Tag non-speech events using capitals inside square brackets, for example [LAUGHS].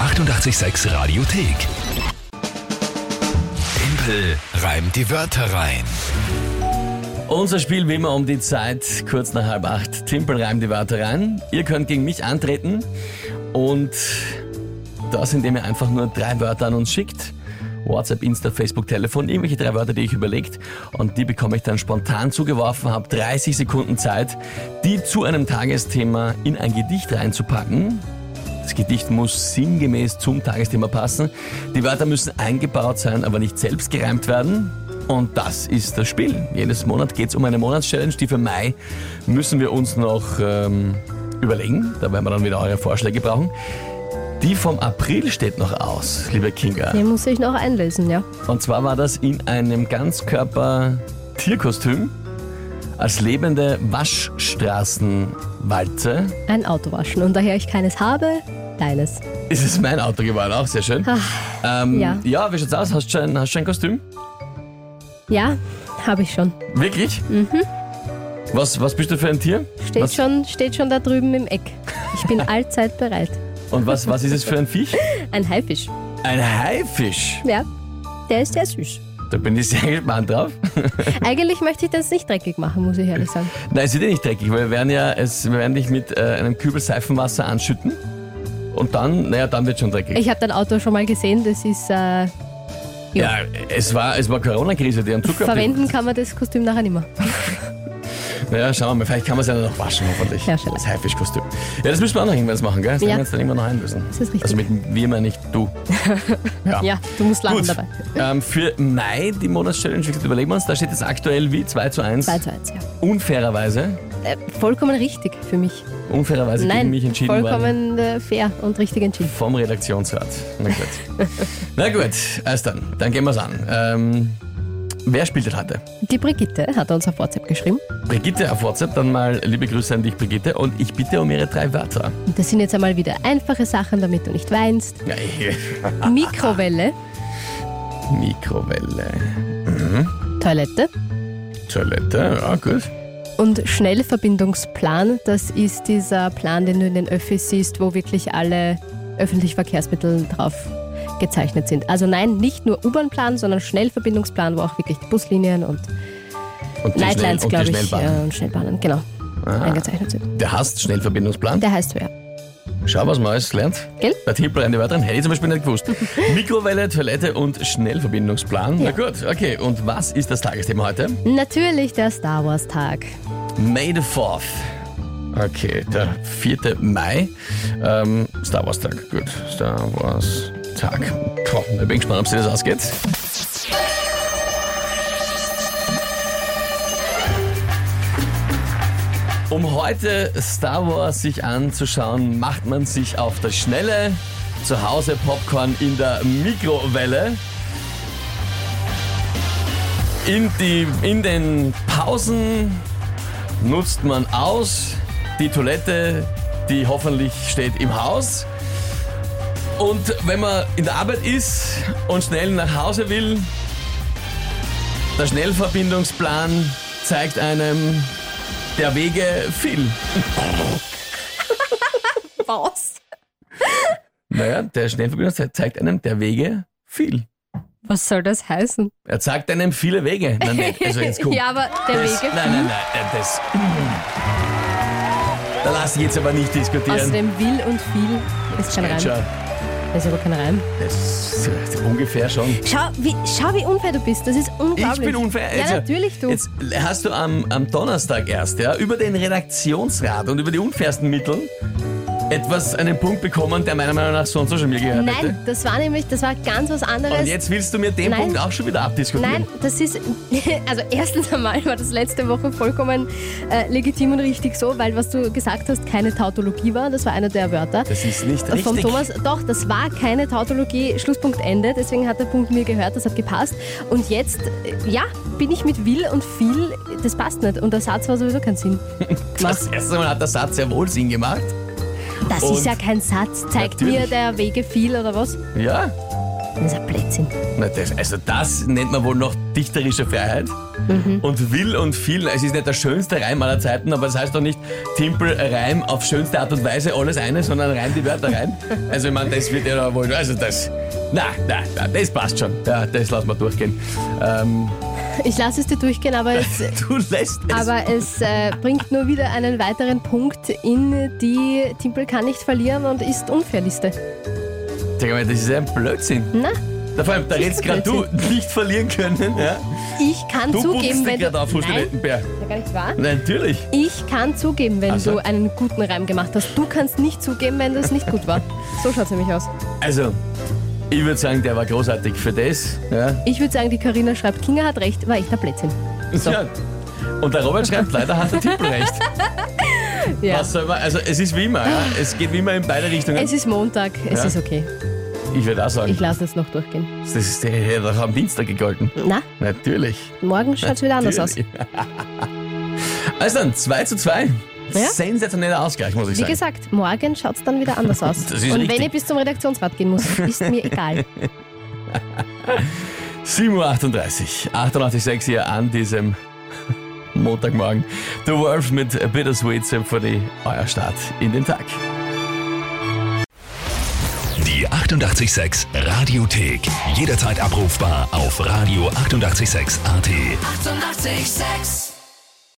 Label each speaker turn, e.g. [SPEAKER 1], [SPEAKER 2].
[SPEAKER 1] 886 Radiothek. Tempel reimt die Wörter rein.
[SPEAKER 2] Unser Spiel wie immer um die Zeit, kurz nach halb acht. Timpel reimt die Wörter rein. Ihr könnt gegen mich antreten und das, indem ihr einfach nur drei Wörter an uns schickt. WhatsApp, Insta, Facebook, Telefon, irgendwelche drei Wörter, die ich überlegt und die bekomme ich dann spontan zugeworfen, habe 30 Sekunden Zeit, die zu einem Tagesthema in ein Gedicht reinzupacken. Das Gedicht muss sinngemäß zum Tagesthema passen. Die Wörter müssen eingebaut sein, aber nicht selbst gereimt werden. Und das ist das Spiel. Jedes Monat geht es um eine Monatschallenge, die für Mai müssen wir uns noch ähm, überlegen. Da werden wir dann wieder eure Vorschläge brauchen. Die vom April steht noch aus, liebe Kinga.
[SPEAKER 3] Den muss ich noch einlösen, ja.
[SPEAKER 2] Und zwar war das in einem Ganzkörper-Tierkostüm als lebende Waschstraßenwalze.
[SPEAKER 3] Ein Auto waschen. Und daher ich keines habe, deines.
[SPEAKER 2] Ist es mein Auto geworden, auch sehr schön.
[SPEAKER 3] Ach,
[SPEAKER 2] Ähm,
[SPEAKER 3] Ah, ja.
[SPEAKER 2] ja, wie schaut's aus? Hast du ein, hast du ein Kostüm?
[SPEAKER 3] Ja, habe ich schon.
[SPEAKER 2] Wirklich? Mhm. Was, was bist du für ein Tier?
[SPEAKER 3] Steht,
[SPEAKER 2] was,
[SPEAKER 3] schon. steht schon da drüben im Eck. Ich
[SPEAKER 2] [LAUGHS]
[SPEAKER 3] bin allzeit bereit.
[SPEAKER 2] Und was, was ist es für ein Viech?
[SPEAKER 3] Ein Haifisch.
[SPEAKER 2] Ein Haifisch.
[SPEAKER 3] Ja, der ist sehr süß.
[SPEAKER 2] Da bin ich sehr [LAUGHS] gespannt drauf.
[SPEAKER 3] Eigentlich möchte ich das nicht dreckig machen, muss ich ehrlich sagen.
[SPEAKER 2] Nein, es wird eh nicht dreckig, weil wir werden ja, es, wir werden dich mit äh, einem Kübel Seifenwasser anschütten. Und dann, naja, dann wird schon dreckig.
[SPEAKER 3] Ich habe dein Auto schon mal gesehen. Das ist, äh,
[SPEAKER 2] ja, es war, es war Corona-Krise, die haben Zucker
[SPEAKER 3] verwenden kann man das Kostüm nachher nicht mehr.
[SPEAKER 2] Naja, schauen wir mal, vielleicht kann man es ja noch waschen, hoffentlich.
[SPEAKER 3] Ja, schon.
[SPEAKER 2] das Haifischkostüm. Ja, das müssen wir auch noch irgendwann machen, gell? Das
[SPEAKER 3] Ja.
[SPEAKER 2] werden wir jetzt dann irgendwann noch einlösen.
[SPEAKER 3] Das ist richtig.
[SPEAKER 2] Also mit wir meine ich du.
[SPEAKER 3] Ja, du musst lachen
[SPEAKER 2] Gut.
[SPEAKER 3] dabei.
[SPEAKER 2] Ähm, für Mai, die Monatschallenge, wie gesagt, überlegen wir uns, da steht es aktuell wie 2 zu 1.
[SPEAKER 3] 2 zu 1, ja.
[SPEAKER 2] Unfairerweise,
[SPEAKER 3] Äh, vollkommen richtig für mich.
[SPEAKER 2] unfairerweise
[SPEAKER 3] Nein,
[SPEAKER 2] Also gegen mich entschieden worden.
[SPEAKER 3] vollkommen äh, fair und richtig entschieden.
[SPEAKER 2] Vom Redaktionsrat. Na
[SPEAKER 3] [LAUGHS]
[SPEAKER 2] gut. Na gut, erst dann. Dann gehen wir's an. Ähm, wer spielt denn heute?
[SPEAKER 3] Die Brigitte hat uns auf WhatsApp geschrieben.
[SPEAKER 2] Brigitte auf WhatsApp, dann mal liebe Grüße an dich, Brigitte. Und ich bitte um ihre drei Wörter.
[SPEAKER 3] Und das sind jetzt einmal wieder einfache Sachen, damit du nicht weinst.
[SPEAKER 2] Ja, ich-
[SPEAKER 3] Mikrowelle,
[SPEAKER 2] Mikrowelle,
[SPEAKER 3] Toilette
[SPEAKER 2] Toilette, ja gut.
[SPEAKER 3] und Schnellverbindungsplan. Das ist dieser Plan, den du in den Öffis siehst, wo wirklich alle öffentlichen Verkehrsmittel drauf gezeichnet sind. Also nein, nicht nur U-Bahn-Plan, sondern Schnellverbindungsplan, wo auch wirklich die Buslinien und
[SPEAKER 2] Und die Schnell-
[SPEAKER 3] Nightlines,
[SPEAKER 2] und die Ah.
[SPEAKER 3] glaube ich,
[SPEAKER 2] Schnellbahn.
[SPEAKER 3] äh, und Schnellbahnen, genau, eingezeichnet sind.
[SPEAKER 2] Der hast Schnellverbindungsplan.
[SPEAKER 3] Der heißt so, ja.
[SPEAKER 2] Schau, was man alles lernt.
[SPEAKER 3] Gell?
[SPEAKER 2] Der Tipp rein, die Wörter hätte ich zum Beispiel nicht gewusst. Mikrowelle, Toilette und Schnellverbindungsplan. Na gut, okay. Und was ist das Tagesthema heute?
[SPEAKER 3] Natürlich der Star Wars-Tag.
[SPEAKER 2] May the 4th. Okay, der 4. Mai. Ähm, Star Wars Tag. Gut, Star Wars Tag. Puh, ich bin gespannt, ob sie das ausgeht. Um heute Star Wars sich anzuschauen, macht man sich auf der Schnelle zu Hause Popcorn in der Mikrowelle. In, die, in den Pausen nutzt man aus die Toilette, die hoffentlich steht im Haus. Und wenn man in der Arbeit ist und schnell nach Hause will, der Schnellverbindungsplan zeigt einem der Wege viel.
[SPEAKER 3] Was?
[SPEAKER 2] Naja, der Schnellverbindungsplan zeigt einem der Wege viel.
[SPEAKER 3] Was soll das heißen?
[SPEAKER 2] Er zeigt einem viele Wege. Nein, nein, also jetzt
[SPEAKER 3] [LAUGHS]
[SPEAKER 2] guck.
[SPEAKER 3] ja, aber der
[SPEAKER 2] das,
[SPEAKER 3] Wege.
[SPEAKER 2] Nein, nein, nein, das. Da lass ich jetzt aber nicht diskutieren.
[SPEAKER 3] Außerdem will und viel ist kein Reim.
[SPEAKER 2] Schau,
[SPEAKER 3] Das ist aber kein Reim.
[SPEAKER 2] Das ist ungefähr schon.
[SPEAKER 3] Schau wie, schau, wie unfair du bist. Das ist unglaublich.
[SPEAKER 2] Ich bin unfair. Also
[SPEAKER 3] Ja, natürlich du.
[SPEAKER 2] Jetzt hast du am, am Donnerstag erst ja, über den Redaktionsrat und über die unfairsten Mittel etwas, einen Punkt bekommen, der meiner Meinung nach so und so schon mir gehört hätte.
[SPEAKER 3] Nein, das war nämlich, das war ganz was anderes.
[SPEAKER 2] Und jetzt willst du mir den
[SPEAKER 3] Nein.
[SPEAKER 2] Punkt auch schon wieder abdiskutieren.
[SPEAKER 3] Nein, das ist, [LAUGHS] also erstens einmal war das letzte Woche vollkommen äh, legitim und richtig so, weil was du gesagt hast, keine Tautologie war, das war einer der Wörter.
[SPEAKER 2] Das ist nicht
[SPEAKER 3] Und Vom
[SPEAKER 2] richtig.
[SPEAKER 3] Thomas, doch, das war keine Tautologie, Schlusspunkt Ende, deswegen hat der Punkt mir gehört, das hat gepasst. Und jetzt, äh, ja, bin ich mit will und viel, das passt nicht. Und der Satz war sowieso keinen Sinn.
[SPEAKER 2] das erste Mal hat der Satz sehr wohl Sinn gemacht.
[SPEAKER 3] Das
[SPEAKER 2] Und
[SPEAKER 3] ist ja kein Satz. Zeigt
[SPEAKER 2] Natürlich.
[SPEAKER 3] mir der Wege viel oder was?
[SPEAKER 2] Ja,
[SPEAKER 3] Das ist ein Blödsinn.
[SPEAKER 2] Na, das, also das nennt man wohl noch dichterische Freiheit.
[SPEAKER 3] Mhm.
[SPEAKER 2] Und will und viel. Es ist nicht der schönste Reim aller Zeiten, aber das heißt doch nicht Timpel Reim auf schönste Art und Weise alles eine, sondern reim die Wörter rein. Also ich meine, das wird ja wohl. Also das. Na, na, na, das passt schon. Ja, das lassen wir durchgehen. Ähm,
[SPEAKER 3] Ich lasse es dir durchgehen, aber es,
[SPEAKER 2] du lässt [LAUGHS] es.
[SPEAKER 3] aber es äh, bringt nur wieder einen weiteren Punkt in die Timpel kann nicht verlieren und ist unfair Liste.
[SPEAKER 2] Sag mal, das ist ja ein Blödsinn.
[SPEAKER 3] Na,
[SPEAKER 2] Da, vor allem, da
[SPEAKER 3] Das
[SPEAKER 2] redest
[SPEAKER 3] ist
[SPEAKER 2] gerade du nicht verlieren können. Ja?
[SPEAKER 3] ich kann
[SPEAKER 2] Du
[SPEAKER 3] zugeben,
[SPEAKER 2] putzt dich
[SPEAKER 3] wenn du.
[SPEAKER 2] gerade auf, Hustin
[SPEAKER 3] Nein,
[SPEAKER 2] Ettenbär.
[SPEAKER 3] ja, gar nicht
[SPEAKER 2] Hm.
[SPEAKER 3] wahr.
[SPEAKER 2] Natürlich.
[SPEAKER 3] Ich kann zugeben, wenn
[SPEAKER 2] Ach so.
[SPEAKER 3] du einen guten Reim gemacht hast. Du kannst nicht zugeben, wenn das nicht
[SPEAKER 2] [LAUGHS]
[SPEAKER 3] gut war. So schaut es nämlich aus.
[SPEAKER 2] Also, ich würde sagen, der war großartig für das. Ja.
[SPEAKER 3] Ich würde sagen, die Karina schreibt, Kinga hat recht, war ich der Blödsinn. So.
[SPEAKER 2] Ja. Und der Robert schreibt, leider hat der
[SPEAKER 3] [LAUGHS]
[SPEAKER 2] Tippel recht.
[SPEAKER 3] Ja.
[SPEAKER 2] Was soll man, also es ist wie immer, ja. es geht wie immer in beide Richtungen.
[SPEAKER 3] Es ist Montag, es
[SPEAKER 2] Ja.
[SPEAKER 3] ist okay.
[SPEAKER 2] ich würde auch sagen,
[SPEAKER 3] Ich lasse es noch durchgehen.
[SPEAKER 2] das ist der doch am Dienstag gegolten.
[SPEAKER 3] Na,
[SPEAKER 2] Natürlich.
[SPEAKER 3] morgen schaut es wieder anders aus.
[SPEAKER 2] Natürlich. [LAUGHS] Also dann, 2 zu 2.
[SPEAKER 3] Ja.
[SPEAKER 2] Sensationeller Ausgleich, muss ich
[SPEAKER 3] Wie
[SPEAKER 2] sagen.
[SPEAKER 3] gesagt, morgen schaut es dann
[SPEAKER 2] [LAUGHS]
[SPEAKER 3] wieder anders aus.
[SPEAKER 2] Das ist
[SPEAKER 3] Und
[SPEAKER 2] richtig.
[SPEAKER 3] wenn ich bis zum Redaktionsrat gehen muss, ist mir egal.
[SPEAKER 2] 7.38 Uhr, 88.6 hier an diesem [LAUGHS] Montagmorgen. The Wolf mit A Bittersweet Symphony, euer Start in den Tag.
[SPEAKER 1] Die 886 Radiothek. Jederzeit abrufbar auf radio886.at. 886!
[SPEAKER 4] 886